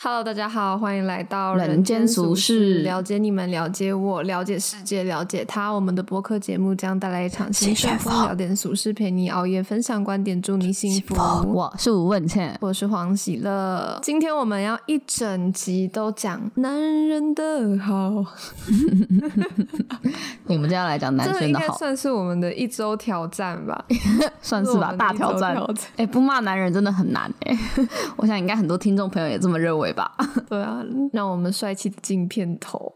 Hello，大家好，欢迎来到人间俗世了解你们，了解我，了解世界，了解他。我们的播客节目将带来一场新新旋旋风，风聊点俗事，陪你熬夜，分享观点，祝你幸福。我是吴文倩，我是黄喜乐，今天我们要一整集都讲男人的好，我们今天要来讲男这生应的该好，算是我们的一周挑战吧， 算这是我 吧，们的大一挑周战。哎、不骂男人真的很难哎、 我想应该很多听众朋友也这么认为 吧。对啊，让我们帅气的进片头。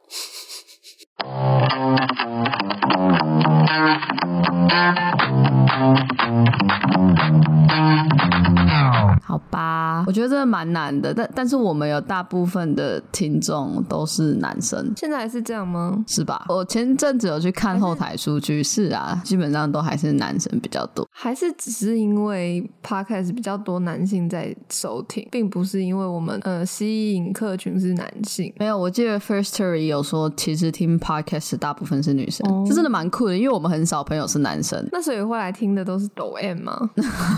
好吧，我觉得这蛮难的，但但是我们有大部分的听众都是男生。现在还是这样吗？是吧？我前阵子有去看后台数据，是啊，基本上都还是男生比较多。还是只是因为 podcast 比较多男性在收听，并不是因为我们呃吸引客群是男性。没有，我记得 First Story 有说，其实听 podcast 大部分是女生，哦这真的蛮酷的，因为我们很少朋友是男生，那所以会来听的都是抖 M 吗？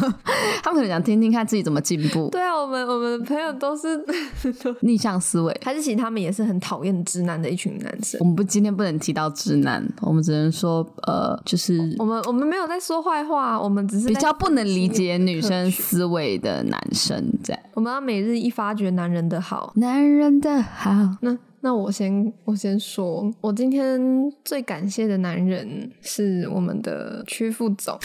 他们可能想听听看自己怎么进步，对啊，我们我们的朋友都是， 逆向思维。还是其实他们也是很讨厌直男的一群男生我。们不今天不能提到直男，我们只能说呃，就是我们我们没有在说坏话，啊我们只是比在较不能理解女生分析客群思维的男生这样。我们要每日一发掘男人的好。男人的好，那那我先我先说，我今天最感谢的男人是我们的区副总，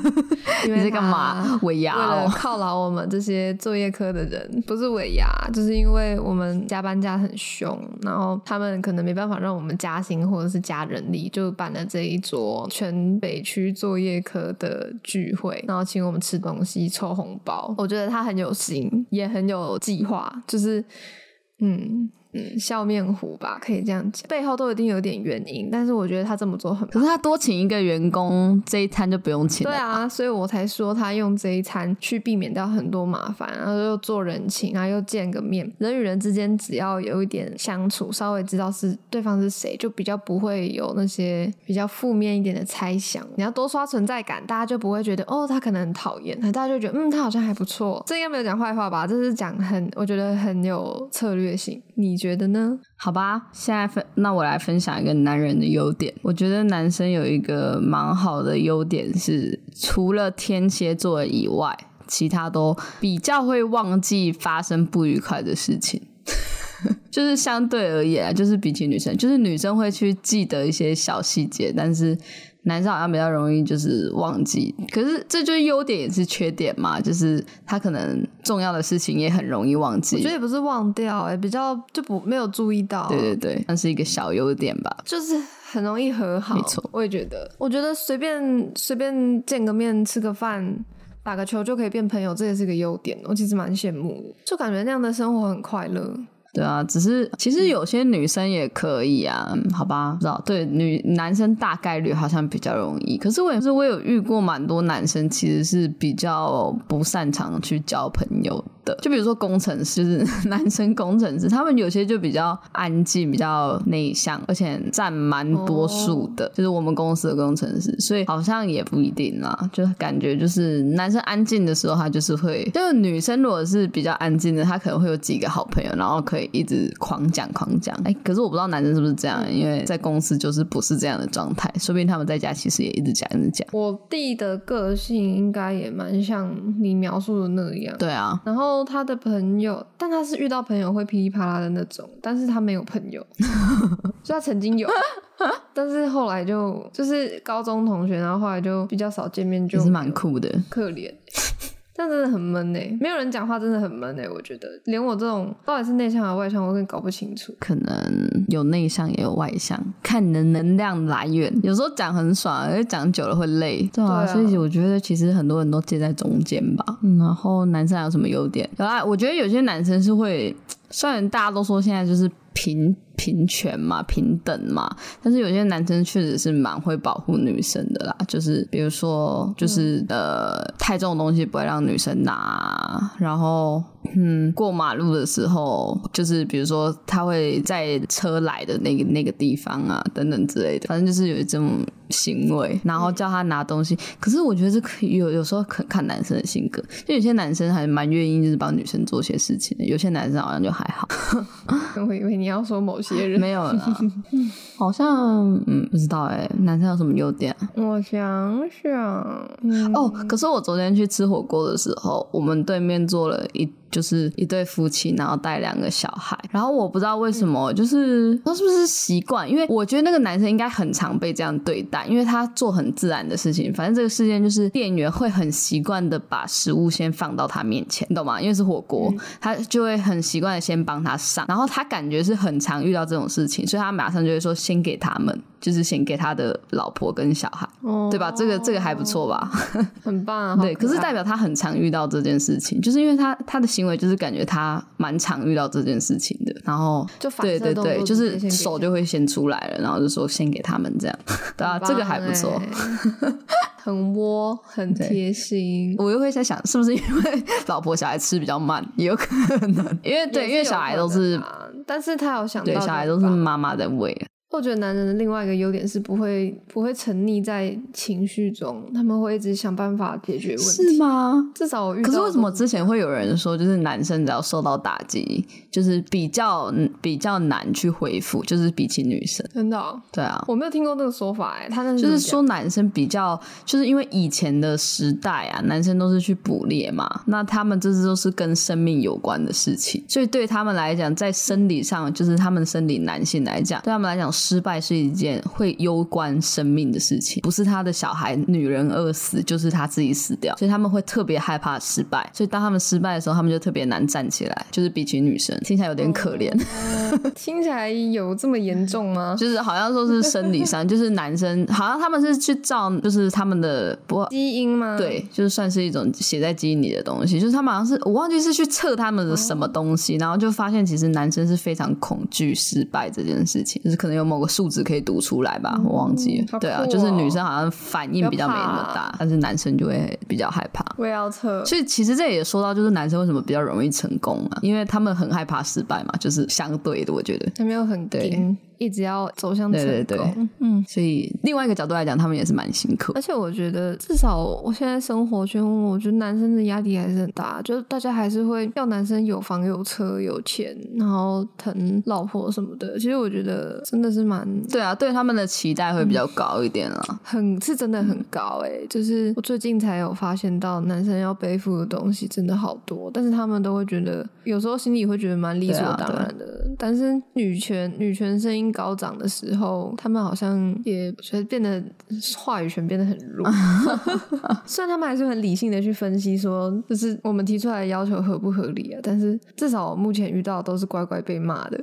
因你为在干嘛他？尾牙为了哦， 犒劳我们这些作业科的人，不是尾牙，就是因为我们加班加得很凶，然后他们可能没办法让我们加薪或者是加人力，就办了这一桌全北区作业科的聚会，然后请我们吃东西、抽红包。我觉得他很有心，也很有计划，就是嗯。嗯，笑面虎吧，可以这样讲，背后都一定有点原因，但是我觉得他这么做很可是他多请一个员工，这一餐就不用请对了。啊，所以我才说他用这一餐去避免掉很多麻烦，啊然后又做人情，然后又见个面，人与人之间只要有一点相处，稍微知道是对方是谁，就比较不会有那些比较负面一点的猜想。你要多刷存在感，大家就不会觉得哦，他可能很讨厌，大家就觉得嗯，他好像还不错。这应该没有讲坏话吧？这是讲很，我觉得很有策略性。你觉得呢？好吧，现在分那我来分享一个男人的优点。我觉得男生有一个蛮好的优点是，除了天蝎座以外，其他都比较会忘记发生不愉快的事情。 就是相对而言啊，就是比起女生，就是女生会去记得一些小细节，但是男生好像比较容易就是忘记。可是这就是优点也是缺点嘛，就是他可能重要的事情也很容易忘记。我觉得也不是忘掉、欸，比较就不没有注意到、对对对，那是一个小优点吧。就是很容易和好。没错，我也觉得，我觉得随便随便见个面、吃个饭、打个球就可以变朋友，这也是个优点。我其实蛮羡慕的，就感觉那样的生活很快乐。对啊，只是其实有些女生也可以啊，嗯好吧，不知道对女男生大概率好像比较容易，可是我也是我有遇过蛮多男生其实是比较不擅长去交朋友的，就比如说工程师，就是 男生工程师，他们有些就比较安静，比较内向，而且占蛮多数的，就是我们公司的工程师，所以好像也不一定啦，就感觉就是男生安静的时候，他就是会，就是女生如果是比较安静的，她可能会有几个好朋友，然后可以一直狂讲狂讲。哎、可是我不知道男生是不是这样，因为在公司就是不是这样的状态，说不定他们在家其实也一直讲一直讲。我弟的个性应该也蛮像你描述的那样。对啊，然后他的朋友，但他是遇到朋友会噼里啪啦的那种，但是他没有朋 友，所以他曾经有，但是后来就就是高中同学，然后后来就比较少见面就，也是蛮酷的。可怜、但真的很闷哎、没有人讲话真的很闷哎、我觉得连我这种到底是内向还是外向，我更搞不清楚。可能有内向也有外向，看你的能量来源。有时候讲很爽，而且讲久了会累，对对啊。啊所以我觉得其实很多人都介在中间吧。嗯然后男生还有什么优点？有啊，我觉得有些男生是会，虽然大家都说现在就是平平权嘛、平等嘛，但是有些男生确实是蛮会保护女生的啦，就是比如说，就是、呃，太重的东西不会让女生拿，啊然后嗯，过马路的时候，就是比如说他会在车来的那个那个地方啊，等等之类的，反正就是有这种行为，然后叫他拿东西。可是我觉得这可以有有时候可看男生的性格，就有些男生还蛮愿意就是帮女生做些事情的，有些男生好像就还好。我以为你要说某些 人，没有啦，好像嗯不知道哎、男生有什么优点啊、我想想，嗯，哦，可是我昨天去吃火锅的时候，我们对面坐了一就是一对夫妻，然后带两个小孩，然后我不知道为什么，就是他是不是习惯？因为我觉得那个男生应该很常被这样对待，因为他做很自然的事情。反正这个事件就是店员会很习惯的把食物先放到他面前，你懂吗？因为是火锅，他就会很习惯的先帮他上，然后他感觉是很常遇到这种事情，所以他马上就会说先给他们，就是先给他的老婆跟小孩。哦对吧？这个这个还不错吧？很棒啊，对，好可是爱代表他很常遇到这件事情，就是因为他他的行为就是感觉他蛮常遇到这件事情的，然后就反对射对动对，作就直接是先给手就会先出来了，然后就说先给他们这样，对啊，很这个还棒不错。欸 很窝，很对贴心。我又会在想，是不是因为老婆小孩吃比较慢，也有可 能，因为对，因为小孩都也有是可能啊，但是他有想到对就小孩很都是棒妈妈在喂，我觉得男人的另外一个优点是不会不会沉溺在情绪中，他们会一直想办法解决问题。是？吗？至少我遇到可的是都。为什么之前会有人说，就是男生只要受到打击，就是比较嗯比较难去恢复，就是比起女生，真的哦、对啊，我没有听过这个说法哎、他那就是说男生比较，就是因为以前的时代啊，男生都是去捕猎嘛，那他们这都是跟生命有关的事情，所以对他们来讲，在生理上，就是他们生理男性来讲，对他们来讲，失败是一件会攸关生命的事情，不是他的小孩、女人饿死，就是他自己死掉，所以他们会特别害怕失败，所以当他们失败的时候，他们就特别难站起来，就是比起女生，听起来有点可怜。 听起来有这么严重吗？ 就是好像说是生理上，就是男生好像他们是去照，就是他们的不基因吗？，对，就是算是一种写在基因里的东西，就是他们好像是我忘记是去测他们的什么东西，哦然后就发现其实男生是非常恐惧失败这件事情，就是可能有某个数值可以读出来吧，我忘记了。嗯好对啊，酷就是哦女生好像反应比较没那比么较怕大，但是男生就会比较害怕。我也要测。所以其实这也说到，就是男生为什么比较容易成功啊，因为他们很害怕失败嘛，就是相对的，我觉得。他没有很对硬，一直要走向成对功。对对，嗯，所以另外一个角度来讲，他们也是蛮辛苦而。且我觉得，至少我现在生活圈，我觉得男生的压力还是很大，就是大家还是会要男生有房有车有钱，然后疼老婆什么的。其实我觉得真的是蛮对啊，对他们的期待会比较高一点 啊。很是真的很高诶、就是我最近才有发现到，男生要背负的东西真的好多，但是他们都会觉得，有时候心里会觉得蛮理所对啊当然的。但是女权女权声音高涨的时候，他们好像也觉得变得话语权变得很 弱。虽然他们还是很理性的去分析说，就是我们提出来的要求合不合理啊，但是至少我目前遇到都是乖乖被骂的。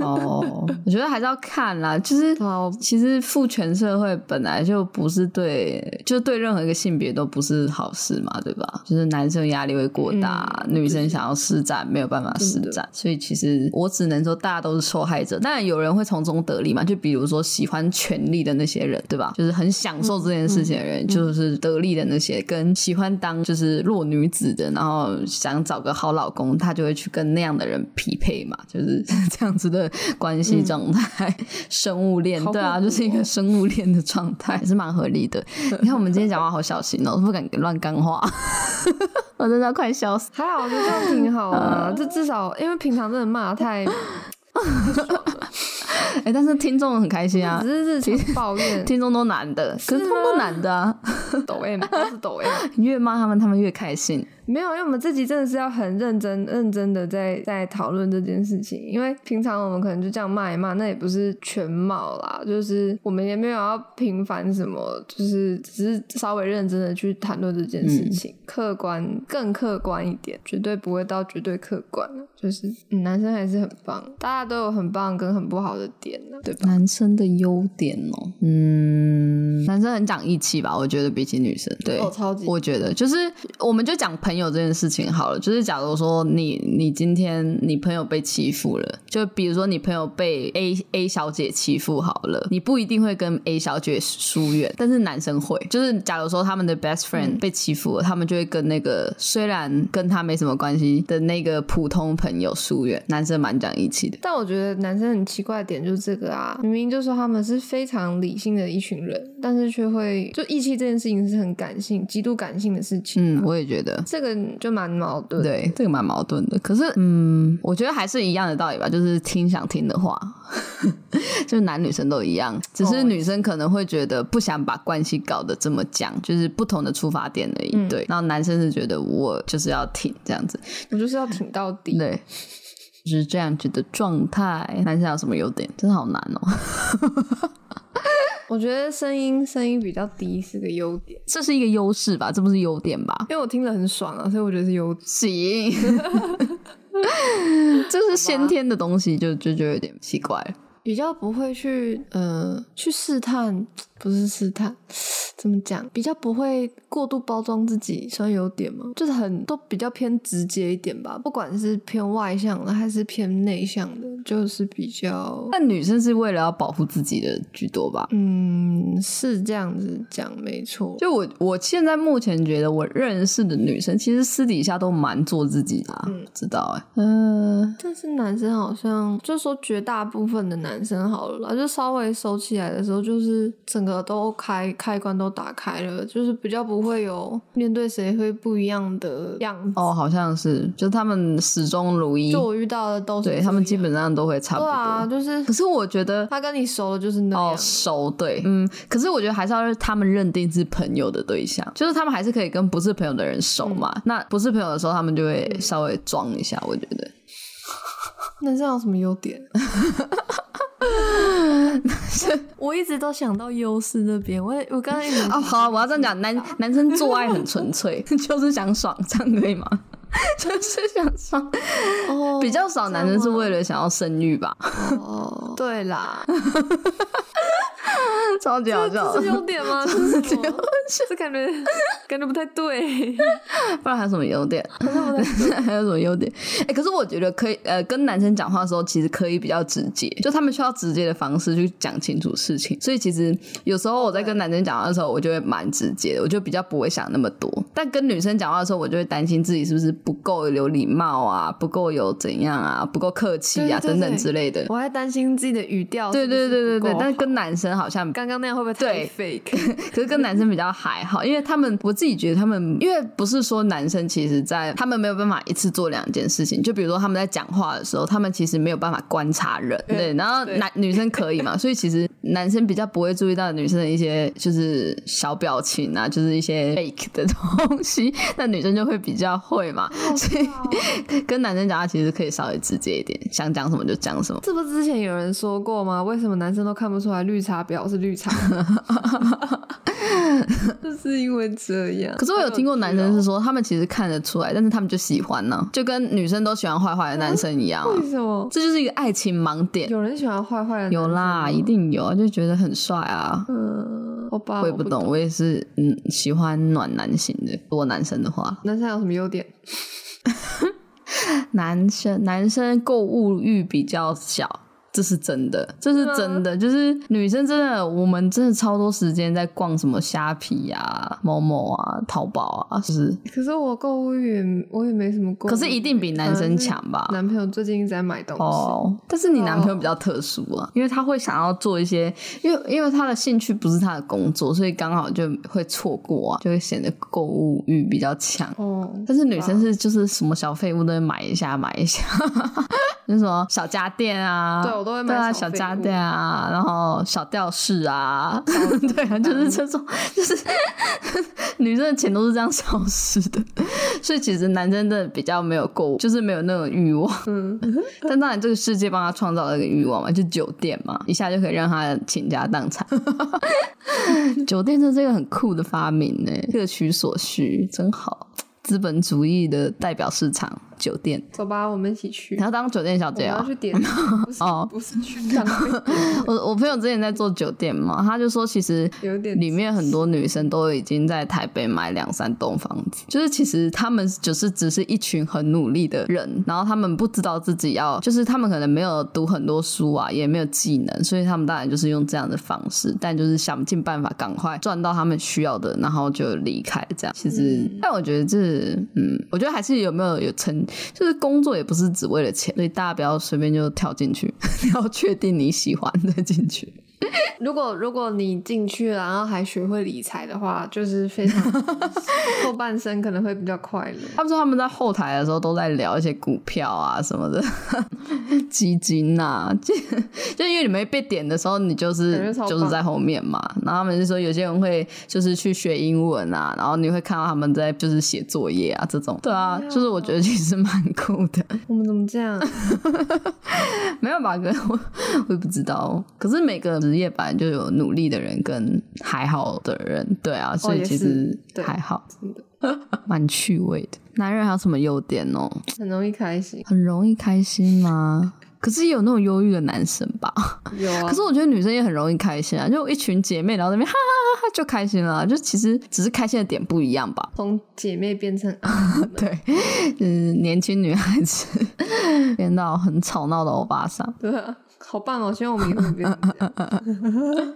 哦，我觉得还是要看啦，就是对啊我其实父权社会本来就不是对，就对任何一个性别都不是好事嘛，对吧？就是男生压力会过大，嗯女生想要施展没有办法施真展，所以其实我只能说大家都是受害者，当然有人会从中得利嘛，就比如说喜欢权力的那些人，对吧？就是很享嗯受这件事情的人，就是得利的那些，跟喜欢当就是弱女子的，然后想找个好老公，他就会去跟那样的人匹配嘛，就是 这样子的关嗯系状态，生物链好对啊，恐怖就是一个哦生物链的状 态，也是蛮合理的。你看我们今天讲话好小心哦，不敢乱干话， 我真的要快笑死。还好，我觉得这样挺好 啊。这至少因为平常真的骂太，哎、但是听众很开心啊只，是日常抱怨听众都男的，可是他们都男的啊，抖 M 都是抖 M。你越骂他们，他们越开心。 没有，因为我们这集真的是要很认真、认真的在在讨论这件事情。因为平常我们可能就这样骂一骂，那也不是全貌啦，就是我们也没有要平反什么，就是只是稍微认真的去谈论这件事情，客观更客观一点，绝对不会到绝对客观啊就是、嗯男生还是很棒，大家都有很棒跟很不好的点啊呢、对吧？男生的优点哦，嗯，男生很讲义气吧？我觉得比起女生，对，哦超级我觉得就是，我们就讲朋友这件事情好了，就是假如说你你今天你朋友被欺负了，就比如说你朋友被 A A 小姐欺负好了，你不一定会跟 A 小姐疏远，但是男生会，就是假如说他们的 best friend 被欺负了，他们就会跟那个虽然跟他没什么关系的那个普通朋友疏远，男生蛮讲义气的。但我觉得男生很奇怪的点就是这个啊，明明就说他们是非常理性的一群人，但是却会就义气这件事情是很感性、极度感性的事情。嗯，我也觉得。这个就蛮矛盾的。对，这个蛮矛盾的。可是，嗯，我觉得还是一样的道理吧，就是听想听的话， 就是男女生都一样，只哦是女生可能会觉得不想把关系搞得这么僵，就是不同的出发点而已。嗯对，然后男生是觉得我就是要挺这样子，我就是要挺到底。对。就是这样子的状态，男生有什么优点？真的好难哦， 我觉得声音声音比较低是个优点，这是一个优势吧？这不是优点吧？因为我听了很爽啊，所以我觉得是优点。 行，这是先天的东西，就就就有点奇怪了。比较不会去呃去试探，不是试探，怎么讲？比较不会过度包装自己算优点吗？就是很都比较偏直接一点吧，不管是偏外向的还是偏内向的，就是比较但女生是为了要保护自己的居多吧？嗯是这样子讲没错。就我我现在目前觉得，我认识的女生其实私底下都蛮做自己的、啊，嗯不知道哎、嗯、但是男生好像，就说绝大部分的男生好了啦，就稍微收起来的时候，就是整个都开开关都打开了，就是比较不会有面对谁会不一样的样子。哦，好像是，就他们始终如一就，我遇到的都是对他们基本本上都会差不对多。啊，就是可是我觉得。他跟你熟了就是那样。哦，熟对，嗯，可是我觉得还是要让他们认定是朋友的对象，就是他们还是可以跟不是朋友的人熟嘛。嗯那不是朋友的时候，他们就会稍微装一下，我觉得。男生有什么优 点？我一直都想到优势那边，我也我刚才一直哦，好啊，我要这样讲，男男生做爱很纯粹， 就是想爽，这样可以吗？ 就是想爽，哦比较少男生是为了了想要生育吧，哦，对啦， 超级 好笑这。是优点吗？这是什么？这感觉感觉不太 对，不然还有什么优点？好像不太对。 还有什么优点？哎、可是我觉得可以，呃，跟男生讲话的时候，其实可以比较直接，就他们需要直接的方式去讲清楚事情。所以其实有时候我在跟男生讲话的时候，我就会蛮直接的，我就比较不会想那么多。但跟女生讲话的时候，我就会担心自己是不是不够有礼貌啊，不够有怎样啊，不够客气啊，对对对等等之类的。我还担心自己的语调是对不是对不够好，对对对，但是跟男生好像刚刚那样会不会太 fake？可是跟男生比较还好，因为他们我自己觉得他们，因为不是说男生其实在他们没有办法一次做两件事情，就比如说他们在讲话的时候，他们其实没有办法观察人，嗯对，然后对男女生可以嘛，所以其实男生比较不会注意到女生的一些就是小表情啊，就是一些 fake 的东西，那女生就会比较会嘛，所以跟男生讲话其实可以稍微直接一点，想讲什么就讲什么。这不是之前有人说过吗？为什么男生都看不出来绿茶婊是绿 茶？就是因为这样。可是我有听过男生是说，他们其实看得出来，但是他们就喜欢呢、就跟女生都喜欢坏坏的男生一样、啊，为什么这就是一个爱情盲点。有人喜欢坏坏的？有，啦，一定有，就觉得很帅啊。嗯，我吧，我也不不懂，我也是嗯喜欢暖男型的。如果男生的话，男生有什么优点？男生男生购物欲比较小。这是真的，这是是吗真的，就是女生真的，我们真的超多时间在逛什么虾皮啊、某某啊、淘宝啊，就是，可是我购物欲也，我也没什么购物欲。可是一定比男生强吧？男朋友最近一直在买东西，哦，但是你男朋友比较特殊啊，因为他会想要做一些，因为因为他的兴趣不是他的工作，所以刚好就会错过啊，就会显得购物欲比较强。哦，但是女生是就是什么小废物都会买一下买一下，就是什么小家电啊，对我都会买对啊小小废物家电啊，然后小吊饰啊， 对啊，就是这种，就是 女生的钱都是这样消失的，所以其实男生真的比较没有购物，就是没有那种欲望。嗯， 但当然，这个世界帮他创造了一个欲望嘛，就酒店嘛，一下就可以让他倾家荡 产。酒店真是一个很酷欸的发明呢、各取所需，真好。资本主义的代表市场，酒店，走吧，我们一起去你。要当酒店小我姐们啊、要去点，不是、哦不是去当兵，我我朋友之前在做酒店嘛，他就说其实有点里面很多女生都已经在台北买两三栋房子，就是其实他们就是只是一群很努力的人，然后他们不知道自己要，就是他们可能没有读很多书啊，也没有技能，所以他们当然就是用这样的方式，但就是想尽办法赶快赚到他们需要的，然后就离开这样。其实，但我觉得这，嗯，我觉得还是有没有有成，就是工作也不是只为了钱，所以大家不要随便就跳进去， 你要确定你喜欢再进去。如果如果你进去了，然后还学会理财的话，就是非 常后半生可能会比较快乐。他们说他们在后台的时候都在聊一些股票啊什么的， 基金啊， 就就因为你没被点的时候，你就是感觉超棒就是在后面嘛。然后他们就说有些人会就是去学英文啊，然后你会看到他们在就是写作业啊这种。对啊，就是我觉得其实蛮酷的。 我们怎么这样？没有吧？哥，我我也不知道。可是每个职业本来就有努力的人跟还好的人，对啊，所以哦也其是实对还好，真的 蛮趣味的。男人还有什么优点哦？很容易开心。很容易开心吗？可是也有那种忧郁的男生吧。有啊，可是我觉得女生也很容易开心啊，就一群姐妹，然后在那边哈哈哈哈就开心了啊、就其实只是开心的点不一样吧。从姐妹变成对，嗯，年轻女孩子变到很吵闹的欧巴桑。 对啊，好棒哦！希望我们以后也变成这样。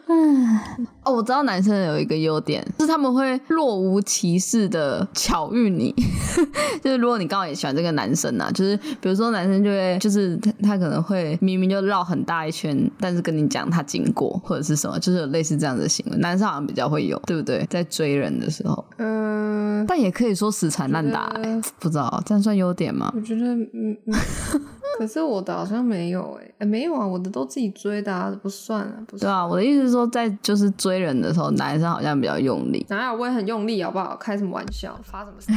哦，我知道男生有一个优点，就是他们会若无其事的巧遇你。 就是如果你刚好也喜欢这个男生啊，就是比如说男生就会，就是他他可能会明明就绕很大一圈，但是跟你讲他经过或者是什么，就是有类似这样的行为，男生好像比较会有，对不对？在追人的时候，嗯、但也可以说死缠烂打、觉得欸不知道这样算优点吗？我觉得，嗯嗯，可是我的好像没有哎、哎没有啊，我的都自己追的、啊，不算啊，不对算。啊，我的意思是说，在就是追人的时候，男生好像比较用力。哪有我也很用力，好不好？开什么玩笑，发什么神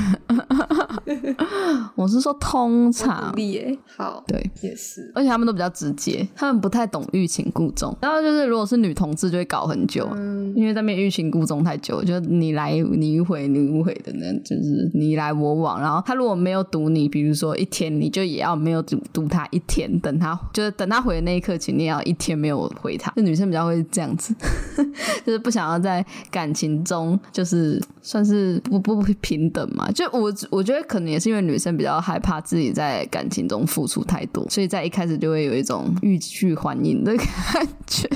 我是说通我常努，力哎、好，对，也是。而且他们都比较直接，他们不太懂欲擒故纵。然后就是，如果是女同志，就会搞很久，啊嗯，因为在那边欲擒故纵太久，就是你来你回你误会的呢，就是你来我往。然后他如果没有堵你，比如说一天，你就也要没有堵堵他一天，等他就是等他回的那一刻起，你也要一天没有回他。就女生比较会这样子， 就是不想要在感情中就是算是不不不平等嘛。 就我我觉得可能也是因为女生比较害怕自己在感情中付出太多，所以在一开始就会有一种欲拒还迎的感觉。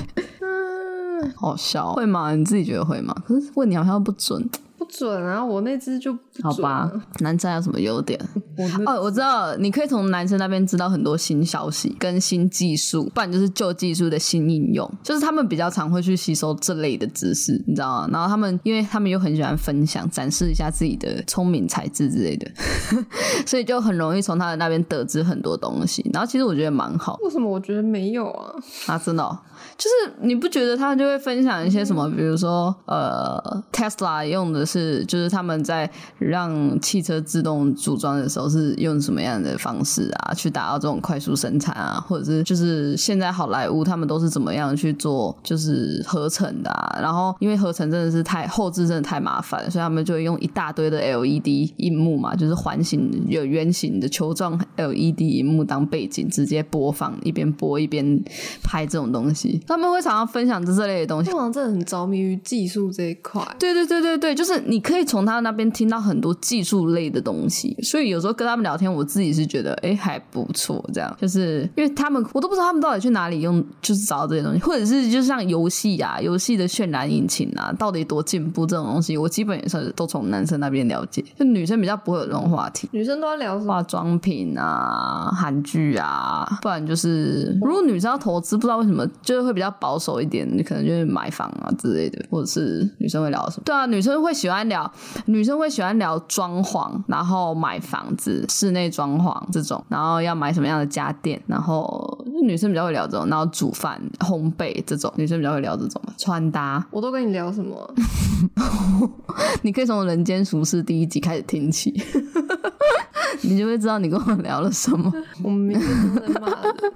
好笑，哦会吗？你自己觉得会吗？可是问你好像不准，不准啊，我那只就不准、啊好吧？？男生有什么优点？我那哦，我知道，你可以从男生那边知道很多新消息跟新技术，不然就是旧技术的新应用，就是他们比较常会去吸收这类的知识，你知道吗？然后他们，因为他们又很喜欢分享，展示一下自己的聪明才智之类的， 所以就很容易从他的那边得知很多东西。然后其实我觉得蛮好的。为什么我觉得没有啊？啊，真的、哦，就是你不觉得他就会分享一些什么，比如说呃，Tesla 用的是，就是他们在让汽车自动组装的时候是用什么样的方式啊，去达到这种快速生产啊，或者是就是现在好莱坞他们都是怎么样去做，就是合成的啊，然后因为合成真的是太后置真的太麻烦，所以他们就会用一大堆的 LED 荧幕嘛，就是环形有圆形的球状 LED 荧幕当背景，直接播放，一边播一边拍这种东西。他们会常常分享这类的东西通。常真的很着迷于技术这一块。对对对对对，就是你可以从他那边听到很多技术类的东西，所以有时候跟他们聊天，我自己是觉得哎还不错，这样就是因为他们我都不知道他们到底去哪里用，就是找到这些东西，或者是就像游戏啊，游戏的渲染引擎啊，到底多进步这种东西，我基本也是都从男生那边了解，就女生比较不会有这种话题。女生都在聊什么？化妆品啊、韩剧啊，不然就是如果女生要投资，不知道为什么就是会比较保守一点，你可能就是买房啊之类的，或者是女生会聊什么？对啊，女生会喜欢聊，女生会喜欢聊装潢，然后买房子、室内装潢这种，然后要买什么样的家电，然后女生比较会聊这种，然后煮饭、烘焙这种，女生比较会聊这种嘛，穿搭。 我都跟你聊什么 啊？你可以从《人间俗世》第一集开始听起， 你就会知道你跟我聊了什么。我们明天都在骂人。嗯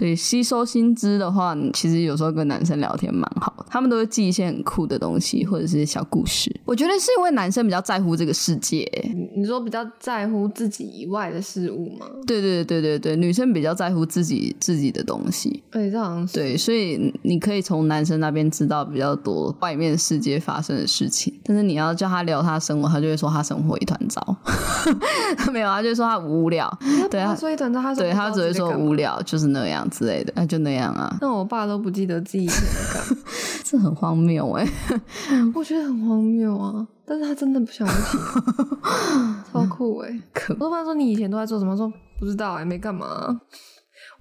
对，吸收新知的话，你其实有时候跟男生聊天蛮好的。他们都会记一些很酷的东西或者是小故事。我觉得是因为男生比较在乎这个世界、你你说比较在乎自己以外的事物吗？对对对对对，女生比较在乎自己自己的东西，而哎且这好像是对，所以嗯你可以从男生那边知道比较多外面世界发生的事情，但是你要叫他聊他生活，他就会说他生活一团糟， 没有，啊他就说他无聊，对他他不会说一团糟，他说对不知道他只会自己在说干嘛无聊就是那样之类的，那、就那样啊，那我爸都不记得自己以前在干嘛，这很荒谬哎、 我觉得很荒谬啊！但是他真的不想不起 来，超酷哎、可我都问他说你以前都在做什么，他说不知道哎、没干嘛啊。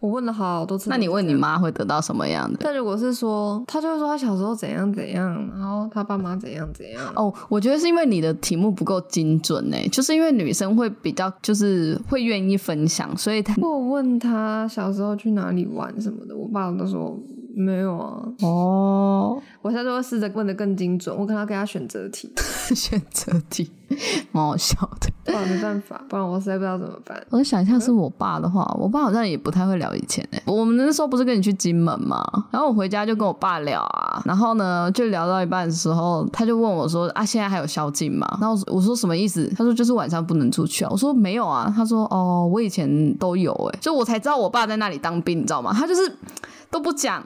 我问了好多次，那你问你？妈会得到什么样的？但如果是说，他就会说他小时候怎样怎样，然后他爸妈怎样怎样。哦，我觉得是因为你的题目不够精准呢、欸就是因为女生会比较就是会愿意分享，所以她我有问他小时候去哪里玩什么的，我爸都说没有啊。哦我现在就会试着问的更精准，我可能要给他选择题， 选择题蛮好笑的。不然没办法，不然我实在不知道怎么办。我在想一下，是我爸的话，我爸好像也不太会聊以前诶、我们那时候不是跟你去金门嘛，然后我回家就跟我爸聊啊，然后呢就聊到一半的时候，他就问我说啊，现在还有宵禁吗？然后我我说什么意思？他说就是晚上不能出去啊。我说没有啊。他说哦，我以前都有诶、就我才知道我爸在那里当兵，你知道吗？他就是。都不讲，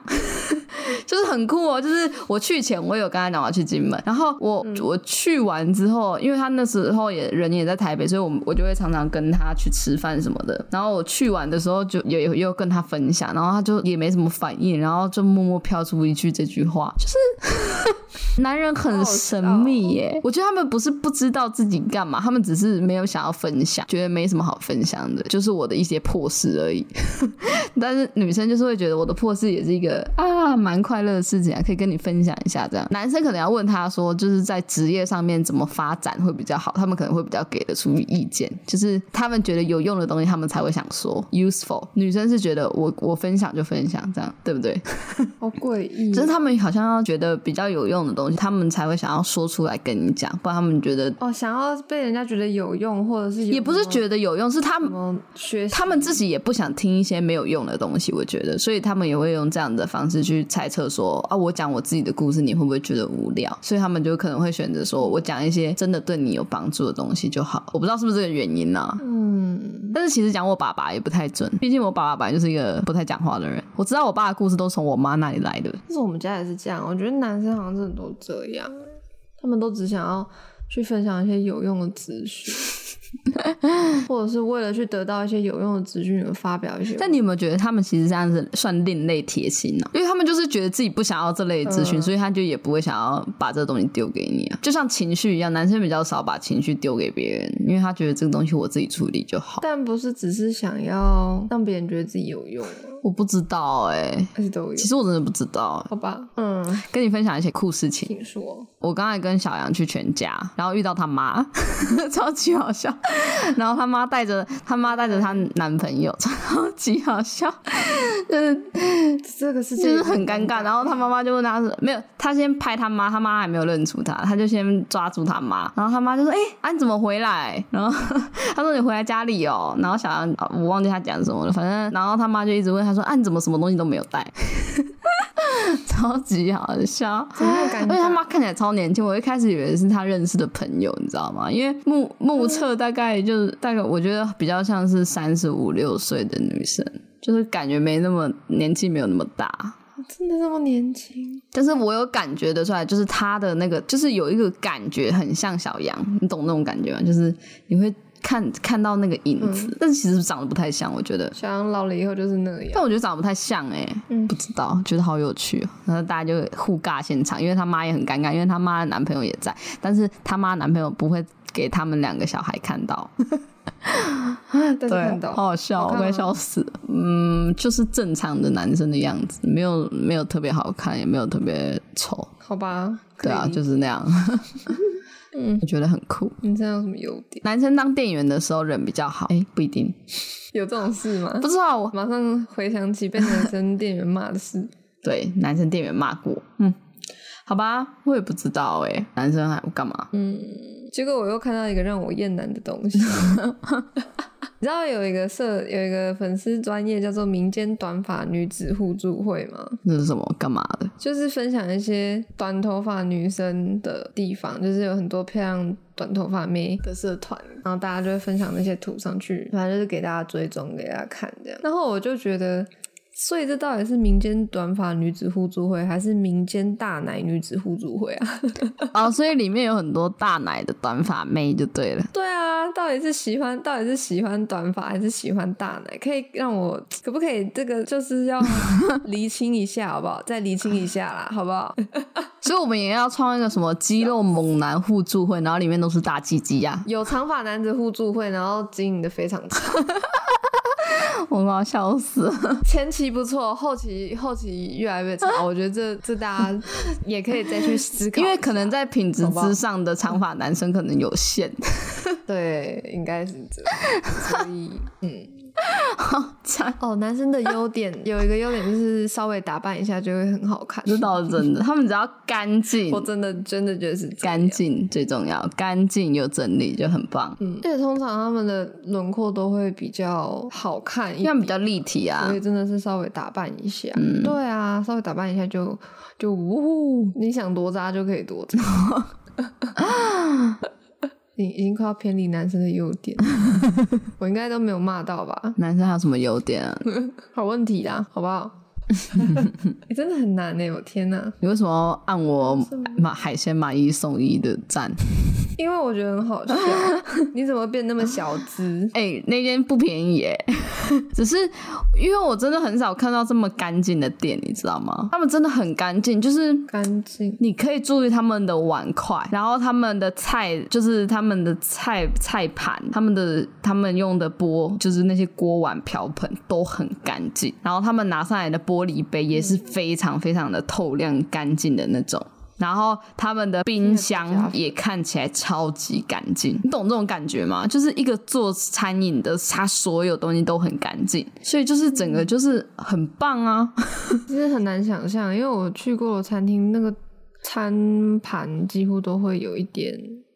就是很酷哦。就是我去前，我有跟他讲我要去金门，然后我、我去完之后，因为他那时候也人也在台北，所以我们我就会常常跟他去吃饭什么的。然后我去完的时候就也也有跟他分享，然后他就也没什么反应，然后就默默飘出一句这句话，就是 男人很神秘耶。我觉得他们不是不知道自己干嘛，他们只是没有想要分享，觉得没什么好分享的，就是我的一些破事而已。但是女生就是会觉得我的破事也是一个啊蛮快乐的事情啊，可以跟你分享一下这样。男生可能要问他说，就是在职业上面怎么发展会比较好，他们可能会比较给得出意见，就是他们觉得有用的东西，他们才会想说 useful。女生是觉得我我分享就分享这样，对不对？好诡异就是他们好像要觉得比较有用的东西，他们才会想要说出来跟你讲，不然他们觉得哦，想要被人家觉得有用，或者是也不是觉得有用，是他们什么学习他们自己也不想听一些没有用的东西，我觉得，所以他们也会用这样的方式去猜测说啊，我讲我自己的故事，你会不会觉得无聊？所以他们就可能会选择说我讲一些真的对你有帮助的东西就好。我不知道是不是这个原因呢、嗯，但是其实讲我爸爸也不太准，毕竟我爸爸本来就是一个不太讲话的人。我知道我爸的故事都是从我妈那里来的，但是我们家也是这样，我觉得男生好像真的都这样，欸他们都只想要去分享一些有用的资讯， 或者是为了去得到一些有用的资讯而发表一些。但你有没有觉得他们其实这样子算另类贴心呢、因为他们就是觉得自己不想要这类的资讯，嗯所以他就也不会想要把这东西丢给你啊。就像情绪一样，男生比较少把情绪丢给别人，因为他觉得这个东西我自己处理就好。但不是只是想要让别人觉得自己有用啊，我不知道哎、还是都有其。实我真的不知道、欸好吧，嗯，跟你分享一些酷事情。请说。我刚才跟小杨去全家，然后遇到他妈， 超级好笑。然后他妈带着他妈带着她男朋友，超级好笑，就是这个事情就是很尴尬。然后他妈妈就问他说：“没有，他先拍他妈，他妈还没有认出他，他就先抓住他妈。然后他妈就说：‘哎、啊你怎么回来？’然后 他说：‘你回来家里哦。’然后小杨啊我忘记他讲什么了，反正然后他妈就一直问他说：‘啊，你怎么什么东西都没有带？’ 超级好笑。怎么那么尴因为他尬？妈看起来超年轻，我一开始以为是他认识的朋友，你知道吗？因为目嗯目测大概就是大概，我觉得比较像是三十五六岁的女生，就是感觉没那么年纪没有那么大。真的那么年轻？但是我有感觉得出来，就是她的那个，就是有一个感觉很像小杨，你懂那种感觉吗？就是你会看看到那个影子，嗯但是其实长得不太像，我觉得。想老了以后就是那样。但我觉得长得不太像哎、嗯不知道，觉得好有趣、哦。然后大家就互尬现场，因为他妈也很尴尬，因为他妈的男朋友也在，但是他妈男朋友不会给他们两个小孩 看到，但是看到啊好好笑，好我看吗快笑死了。嗯，就是正常的男生的样子，没有没有特别好看，也没有特别丑，好吧，可对啊，以就是 那样。嗯，我觉得很酷。你这样有什么优点？男生当店员的时候人比较好，哎、不一定，有这种事吗？不知道我马上回想起被男生店员骂的事，对男生店员骂过，嗯，好吧，我也不知道哎、男生还干嘛？结果我又看到一个让我厌男的东西， 你知道有一个社有一个粉丝专业叫做民间短发女子互助会吗？那是什么干嘛的？就是分享一些短头发女生的地方，就是有很多漂亮短头发妹的社团，然后大家就会分享那些图上去，反正就是给大家追踪，给大家看这样。然后我就觉得，所以这到底是民间短发女子互助会，还是民间大奶女子互助会啊？哦，所以里面有很多大奶的短发妹就对了。对啊，到底是喜欢，到底是喜欢短发还是喜欢大奶？可以让我可不可以这个就是 要厘清一下，好不好？再厘清一下啦，好不好？ 所以我们也要创一个什么肌肉猛男互助会，然后里面都是大鸡啊鸡呀、有长发男子互助会，然后经营的非常差，我要笑死了。前期不错，后期后期越来越差。我觉得这这大家也可以再去思考一 因下，为可能在品质之上的长发男生可能有 限，对，应该是这 样。所以，嗯，好惨，哦，男生的优点有一个优点就是稍微打扮一下就会很好看。这倒是真的。他们只要干净我，真的真的觉得是这样干净最重要，干净又整理就很棒，嗯，而且通常他们的轮廓都会比较好看一这样点，比较立体啊所以。真的是稍微打扮一下。嗯对啊，稍微打扮一下就就呜呼，你想多渣就可以多 渣。你已经快要偏离男生的优点了，我应该都没有骂到吧？男生还有什么优点啊？好问题啦，好不 好？欸真的很难呢、我天哪！你为什么要按我买海鲜买一送一的赞？因为我觉得很好 笑，你怎么变那么小资？哎、那间不便宜耶， 只是因为我真的很少看到这么干净的店，你知道吗？他们真的很干净，就是干净，你可以注意他们的碗筷，然后他们的菜就是他们的菜菜盘，他们的他们用的锅就是那些锅碗瓢盆都很干净，然后他们拿上来的玻璃杯也是非常非常的透亮干净的那种。然后他们的冰箱也看起来超级干净，你懂这种感觉吗？就是一个做餐饮的，他所有东西都很干净，所以就是整个就是很棒啊！其实很难想象，因为我去过的餐厅，那个餐盘几乎都会有一点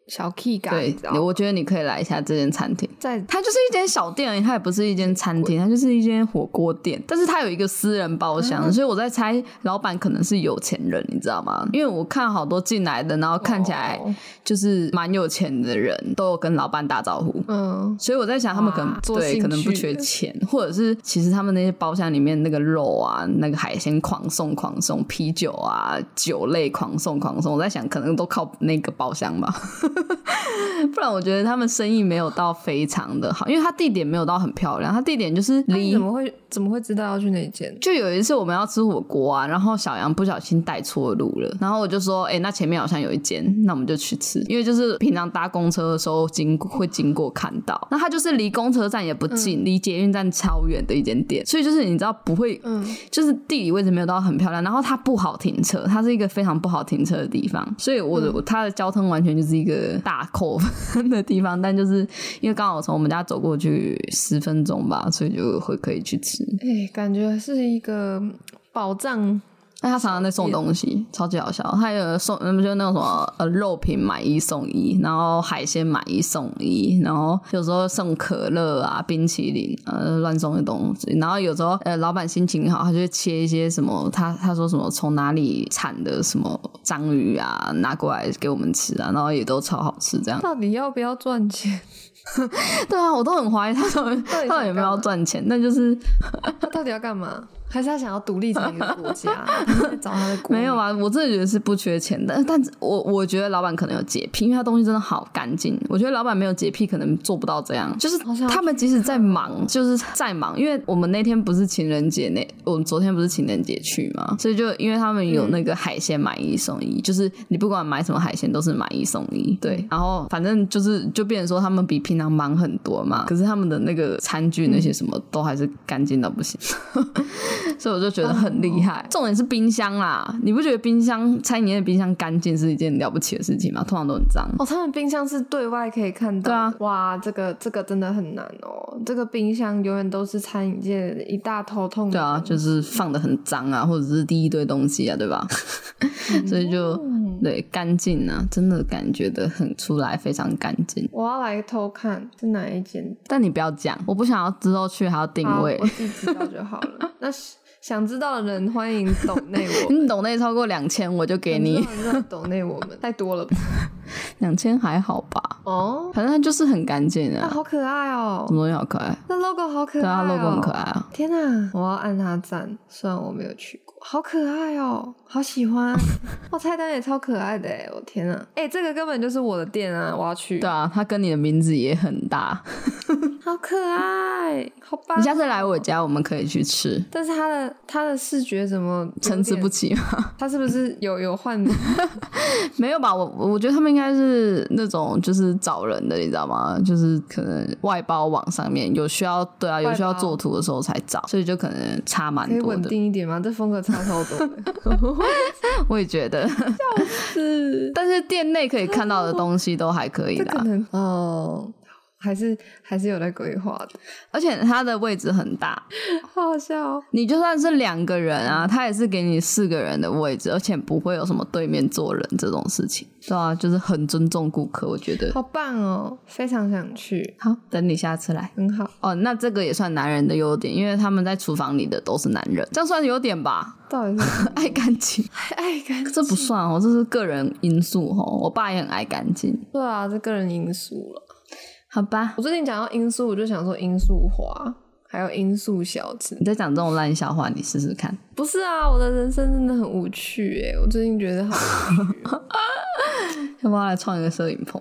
小 key 感，你对知道，吗我觉得你可以来一下这间餐厅。在它就是一间小店而已，它也不是一间餐厅，它就是一间火锅店。但是它有一个私人包厢，所以我在猜老板可能是有钱人，你知道吗？因为我看好多进来的，然后看起来哦就是蛮有钱的人，都有跟老板打招呼。嗯，所以我在想，他们可能哇做兴对趣可能不缺钱， 或者是其实他们那些包厢里面那个肉啊、那个海鲜狂送狂送，啤酒啊、酒类狂送狂送。我在想，可能都靠那个包厢吧， 不然我觉得他们生意没有到非常的好，因为它地点没有到很漂亮，它地点就是那你离怎么会怎么会知道要去哪间？就有一次我们要吃火锅啊，然后小杨不小心带错路了，然后我就说，哎、那前面好像有一间，那我们就去吃，因为就是平常搭公车的时候经过会经过看到，那它就是离公车站也不近，离、捷运站超远的一间店，所以就是你知道不会，嗯就是地理位置没有到很漂亮，然后它不好停车，它是一个非常不好停车的地方，所以我的、它的交通完全就是一个大扣分的地方，但就是因为刚好从我们家走过去十分钟吧，所以就会可以去吃。哎、感觉是一个宝藏，那他常常在送东西，超级好笑。他有送，嗯，就那种什么呃肉品买一送一，然后海鲜买一送一，然后有时候送可乐啊、冰淇淋，呃，乱送的东西。然后有时候呃，老板心情好，他就会切一些什么，他他说什么从哪里产的什么章鱼啊，拿过来给我们吃啊，然后也都超好吃这样。到底要不要赚钱？ 对啊，我都很怀疑他到底到底想 他到底有没有要干嘛赚钱，但就是他到底要干嘛？还是他想要独立成一个国 家？他在找他的国没有啊，啊，我真的觉得是不缺钱的，但我我觉得老板可能有洁癖，因为他东西真的好干净。我觉得老板没有洁癖，可能做不到这样。就是好像他们即使在忙，就是在忙，因为我们那天不是情人节那，我们昨天不是情人节去嘛，所以就因为他们有那个海鲜买一送一，就是你不管买什么海鲜都是买一送一，对。然后反正就是就变成说他们比平常忙很多嘛，可是他们的那个餐具那些什么都还是干净到不行。所以我就嗯觉得很哦厉害。重点是冰箱啦，你不觉得冰箱餐饮业的冰箱干净是一件了不起的事情吗？通常都很脏。哦，他们冰箱是对外可以看到。对啊，哇，这个这个真的很难哦。这个冰箱永远都是餐饮界一大头痛。对啊，就是放的很脏啊，或者是滴一堆东西啊，对吧？所以就嗯对干净啊，真的感觉得很出来，非常干净。我要来偷看是哪一间。但你不要讲，我不想要之后去还要定好，位我。自己知道就好 了。那是想知道的人欢迎抖内我。你懂那超过两千我就 给想你知道的人抖内我们太多了 吧？两千还好吧，哦，反正它就是很干净它啊。好可爱哦什。么东西好可爱？那 logo 好可对爱、哦，啊，logo 很可爱啊。天呐，我要按它赞，虽然我没有去过，好可爱哦，好喜 欢。哇，菜单也超可爱的哎，我天呐，哎、这个根本就是我的店啊，我要去。对啊，它跟你的名字也很搭。好可爱，好棒。哦你下次来我家，我们可以去吃。但是它的它的视觉怎么参差不？齐吗？ 它是不是有有换名？没有吧？我我觉得他们应该是那种就是找人的，你知道吗？就是可能外包网上面有需要，对啊，有需要外包做图的时候才找，所以就可能差蛮可以多稳的。定一点吗？这风格差超多的。我也 觉得，是，但是店内可以看到的东西都还可以 这 可啦，能哦，还是还是有在规划的，而且它的位置很大，好好笑哦。你就算是两个人啊，他也是给你四个人的位置，而且不会有什么对面坐人这种事情，对啊，就是很尊重顾客，我觉得。好棒哦，非常想去，好，等你下次来。很好。哦，那这个也算男人的优点，因为他们在厨房里的都是男人，这样算优点吧？ 到底是 爱干净，爱干净？这不算哦，这是个人因素哦。我爸也很爱干净，对啊，这个人因素了。好吧我？最近讲到因素，我就想说因素花，还有因素小吃。你在讲这种烂笑话，你试试看。不是啊，我的人生真的很无趣哎、我最近觉得好要不要来创一个摄影棚？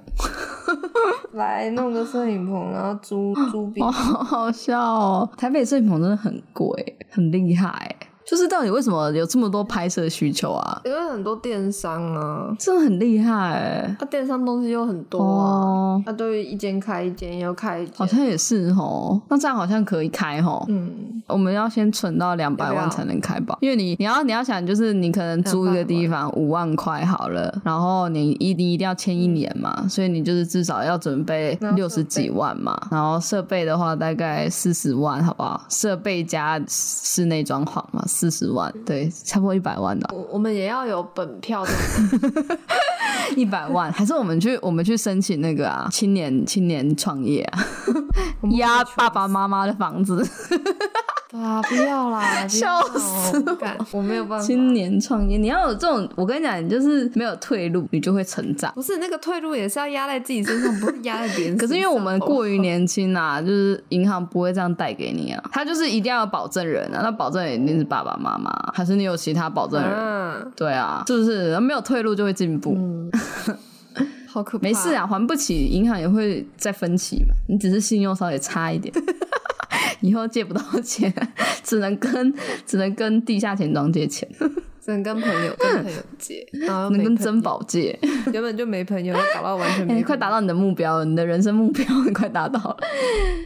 来弄个摄影棚，然后租 租宾哦，好好笑哦！台北摄影棚真的很贵，很厉害。就是到底为什么有这么多拍摄需求啊？因为很多电商啊，真的很厉害欸它、电商东西又很多啊。哦，他对一间开一间，又开一好间，像也是哦。那这样好像可以开哦。嗯，我们要先存到两百要不要万才能开吧，因为你你要你要想，就是你可能租一个地方五万块好了，然后你一你一定要签一年嘛，所以你就是至少嗯要准备然后六十几万嘛，然后设备的话大概四十万，好不好？设备加室内装潢嘛，四十万，对，差不多一百万的，我我们也要有本票的，一百万，还是我们去我们去申请那个啊，青年青年创业 啊，压爸爸妈妈的房子， 对啊，不要 啦，不要啦笑死我不敢，我没有办法。青年创业，你要有这种，我跟你讲，你就是没有退路，你就会成长。不是那个退路也是要压在自己身 上，不是压在别人身上。可是因为我们过于年轻啊，就是银行不会这样贷给你啊，他就是一定要有保证人啊，那保证人一定是爸爸妈妈，还是你有其他保证人？啊，对啊，是不是没有退路就会进步？嗯，好可怕。没事，啊，还不起银行也会再分期嘛，你只是信用稍微差一点。 以后借不到钱，只能跟只能跟地下钱庄借钱，只能跟朋友跟朋友借，然后又嗯能没跟朋珍宝借。原本就没朋友，搞到 完全哎、没。快达，到你的目标了，你的人生目标你快达到了，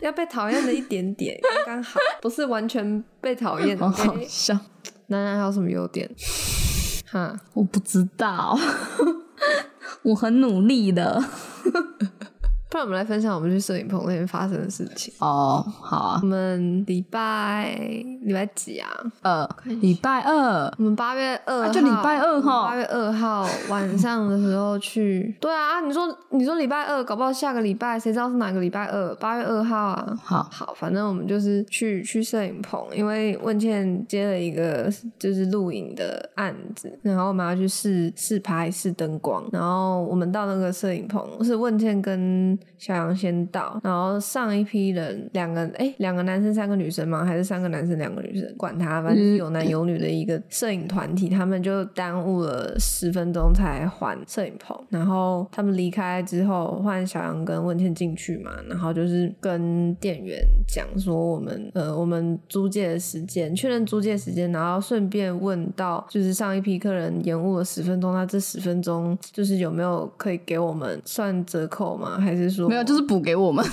要被讨厌的一点点，刚刚好，不是完全被讨 厌。好好 OK 笑。男人还有什么优点？哈，我不知道， 我很努力的。不然我们来分享我们去摄影棚那边发生的事情。哦，好啊我，们礼拜礼拜几啊？呃，礼拜二我们八月二、啊就礼拜二号八月二号晚上的时候 去。对啊，你说你说礼拜二，搞不好下个礼拜，谁知道是哪个礼拜二？八月二号啊。好，好，反正我们就是去去摄影棚，因为问倩接了一个就是录影的案子，然后我们要去试试拍、试灯光，然后我们到那个摄影棚是问倩跟小杨先到，然后上一批人两个哎两个男生三个女生吗？还是三个男生两个女生？管他，反正就是嗯有男有女的一个摄影团体，他们就耽误了十分钟才还摄影棚，然后他们离开之后换小杨跟问倩进去嘛，然后就是跟店员讲说我们呃我们租借的时间，确认租借时间，然后顺便问到就是上一批客人延误了十分钟，那这十分钟就是有没有可以给我们算折扣吗？还是说没有，就是补给我们。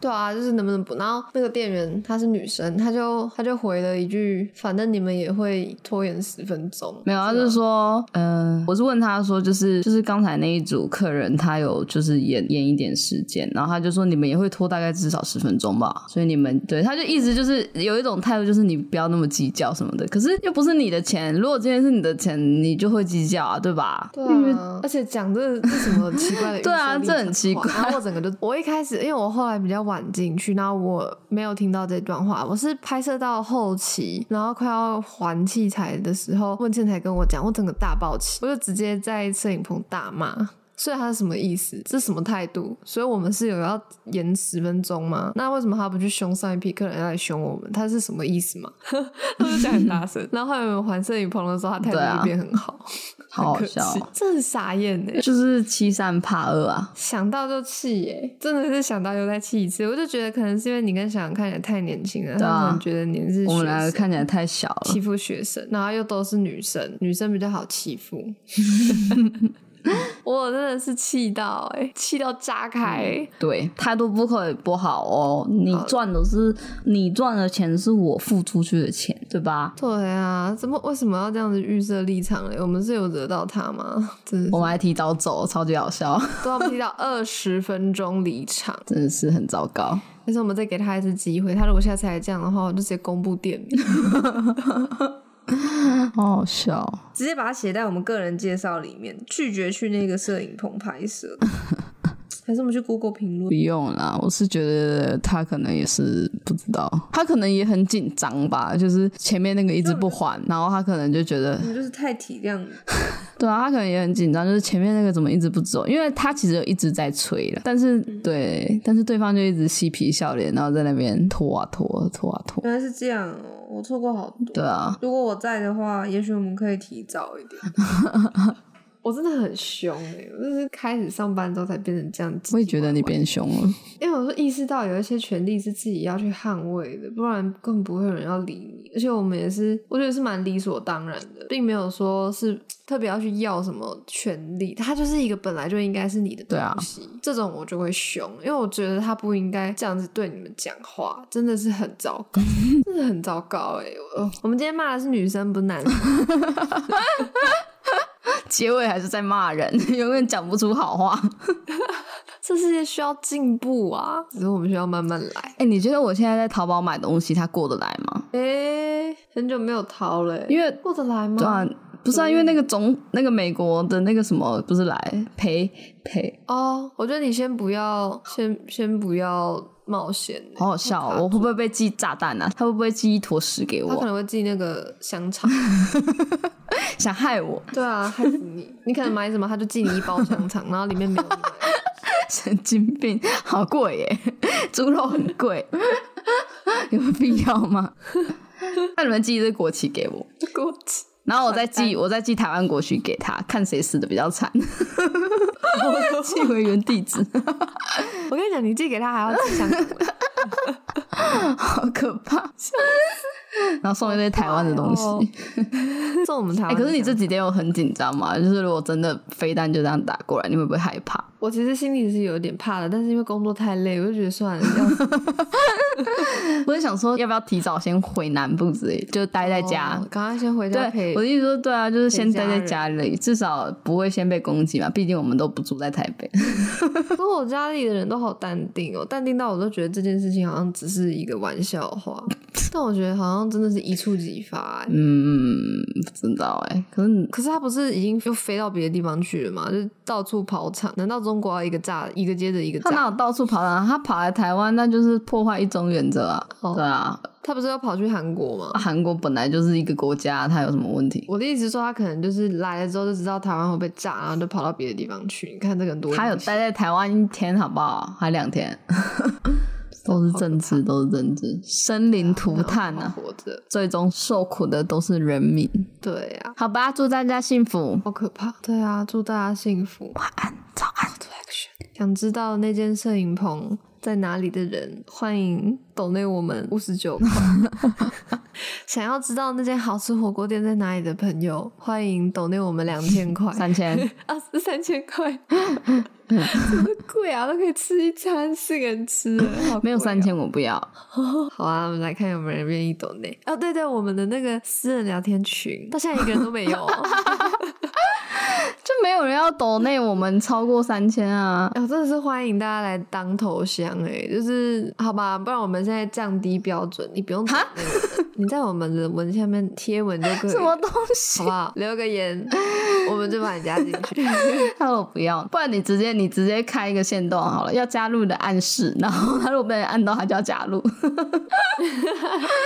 对啊，就是能不能补？然后那个店员她是女生，她就她就回了一句：“反正你们也会拖延十分钟。”没有，他是说，嗯、我是问他说，就是就是刚才那一组客人，他有就是延延一点时间，然后他就说你们也会拖大概至少十分钟吧，所以你们对他就一直就是有一种态度，就是你不要那么计较什么的。可是又不是你的钱，如果今天是你的钱，你就会计较啊，对吧？对啊，而且讲这这什么奇 怪的对预啊设立这场很奇怪话然后我整个就， 我一开始因为我后来比较晚进去，然后我没有听到这段话，我是拍摄到后期，然后快要还器材的时候，问倩才跟我讲，我整个大爆气，我就直接在摄影棚大骂。所以他是什么意思？这是什么态度？所以我们是有要延十分钟吗？那为什么他不去凶上一批客人，要来凶我们？他是什么意思嘛？ 他就讲很大 声。然后后来我们还摄影棚的时候，他态对度啊就变很好。好好很可笑哦气，这很傻眼呢。欸就是欺善怕恶啊。想到就气耶、真的是想到就再气一次。我就觉得可能是因为你跟小杨看起来太年轻了，对啊他们可能觉得你是学我们两个生看起来太小了欺，负学生，然后又都是女生，女生比较好欺 负。我真的是气到哎、气到炸开、欸 对，态度不可以不好哦。你呃赚的是你赚的钱，是我付出去的钱，对吧？对啊，怎么为什么要这样子预设立场嘞？我们是有惹到他吗？真的我是们还提早走，超级好笑， 都要提到二十分钟离场，真的是很糟糕。但是我们再给他一次机会，他如果下次还这样的话，我就直接公布店名。好好笑。直接把它写在我们个人介绍里面，拒绝去那个摄影棚拍 摄。还是我们去 Google 评不论？用啦，我是觉得他可能也是不知道，他可能也很紧张吧，就是前面那个一直不还，然后他可能就觉得我，们就是太体谅你，对啊，他可能也很紧张，就是前面那个怎么一直不走，因为他其实有一直在催了，但是对，但是对方就一直嬉皮笑脸，然后在那边拖啊拖，拖啊拖，原来是这样哦，我错过好多。对啊，如果我在的话，也许我们可以提早 一点。我真的很凶哎、我就是开始上班之后才变成这样。我也觉得你变。变凶了，因为我是意识到有一些权利是自己要去捍卫的，不然根本不会有人要理你。而且我们也是，我觉得是蛮理所当然的，并没有说是特别要去要什么权利，它就是一个本来就应该是你的对啊东西。这种我就会凶，因为我觉得他不应该这样子对你们讲话，真的是很糟 糕，真的很糟糕哎、我我们今天骂的是女生，不是男生。 结尾还是在骂人， 永远讲不出好话。这世界需要进步啊，只是我们需要慢慢来。哎、你觉得我现在在淘宝买东西，他过得来吗？诶、很久没有逃了、欸因为过得来吗？对啊，不是啊，因为那个总那个美国的那个什么不是来陪陪，哦，我觉得你先不要，先先不要冒险欸、好好笑哦、我会不会被寄炸弹啊？他会不会寄一坨屎给他可我，能会寄那个香肠， 想害我？ 对啊，害死你！你可能买什么，他就寄你一包香肠，然后里面没有 奶。神经病，好贵耶，猪肉很贵， 有必要吗？ 那你们寄一只国旗给我，给我寄，然后我再寄我再寄台湾国旗给他，看谁死的比较 惨，寄回原地址，我跟你讲，你寄给他还要寄香肠欸，好可怕！然后送一堆台湾的东西。哦送我们台哎、湾的香肠。可是你这几天有很紧张吗？就是如果真的飞弹就这样打过来，你会不会害怕？我其实心里是有点怕的，但是因为工作太累，我就觉得算了，要死我就想说，要不要提早先回南部之类，就待在家。哦赶快先回家陪对，我。的意思说，对啊，就是先陪家待在人家里，至少不会先被攻击嘛。毕竟我们都不住在台北，可是我家里的人都好淡定哦，淡定到我都觉得这件事情好像只是一个玩笑话， 但我觉得好像真的是一触即发欸。嗯，不知道哎、可是你可是他不是已经又飞到别的地方去了吗？就是到处跑场，难道中国要一个炸一个接着一个他炸？哪有到处跑啊？他跑来台湾，那就是破坏一中原则啊。哦对啊，他不是要跑去韩国吗？韩国本来就是一个国家，他有什么问题？我的意思是说，他可能就是来了之后就知道台湾会被炸，然后就跑到别的地方去。你看这个多危险，他有待在台湾一天，好不好？还两天， 都是政 治，都是政治，生灵涂炭啊，啊！活着。最终受苦的都是人民。对呀、啊，好吧，祝大家幸福，好可怕。对啊，祝大家幸福。晚安，早安。 Action 想知道那间摄影棚在哪里的人，欢迎抖内我们五十 九块。想要知道那间好吃火锅店在哪里的朋友，欢迎抖内我们两千块，三 千 啊，是三千 块，怎么贵啊？都可以吃一餐，四个人吃了，好没有贵哦三。千我不要。好啊，我们来看有没有人愿意抖内。哦，对对，我们的那个私人聊天群，到现在一个人都没有哦。就没有人要抖内我们超过三千啊！哦，真的是欢迎大家来当头香哎、就是好吧，不然我们现在降低标准，你不用抖内我们你在我们的文下面贴文就可以，什么东好西不？好？留个言，我们就把你加进去。 他说我不要，不然你直接你直接开一个限动好了，要加入的暗示，然后他如果被人按到，他就要加入。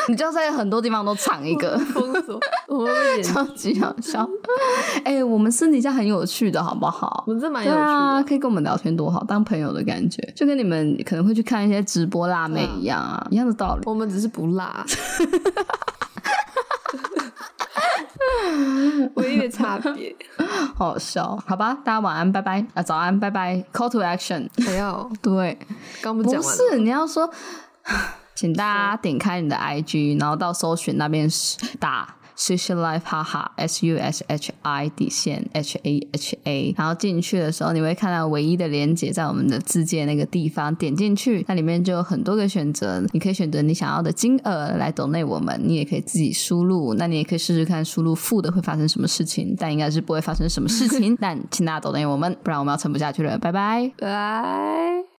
你就要在很多地方都藏一个，封锁，我们 被点，超级好笑。哎、我们私底下很有趣的好不好我？们这蛮对有趣的。啊，可以跟我们聊天多好，当朋友的感觉，就跟你们可能会去看一些直播辣妹一样嗯啊，一样的道理。 我们只是不 辣，唯一的差别。好好笑，好吧，大家晚安，拜拜啊，早安，拜拜，Call to action，不要，对。哎刚不不讲完了。是，你要说，请大家点开你的 IG，然后到搜寻那边打 Sushi Life 哈哈 S U S H I 底线 H A H A，然后进去的时候你会看到唯一的连接在我们的字界那个地方，点进去，那里面就有很多个选择，你可以选择你想要的金额来 donate 我们，你也可以自己输入，那你也可以试试看输入负的会发生什么事情，但应该是不会发生什么事情，但请大家 donate 我们，不然我们要撑不下去了，拜拜。拜。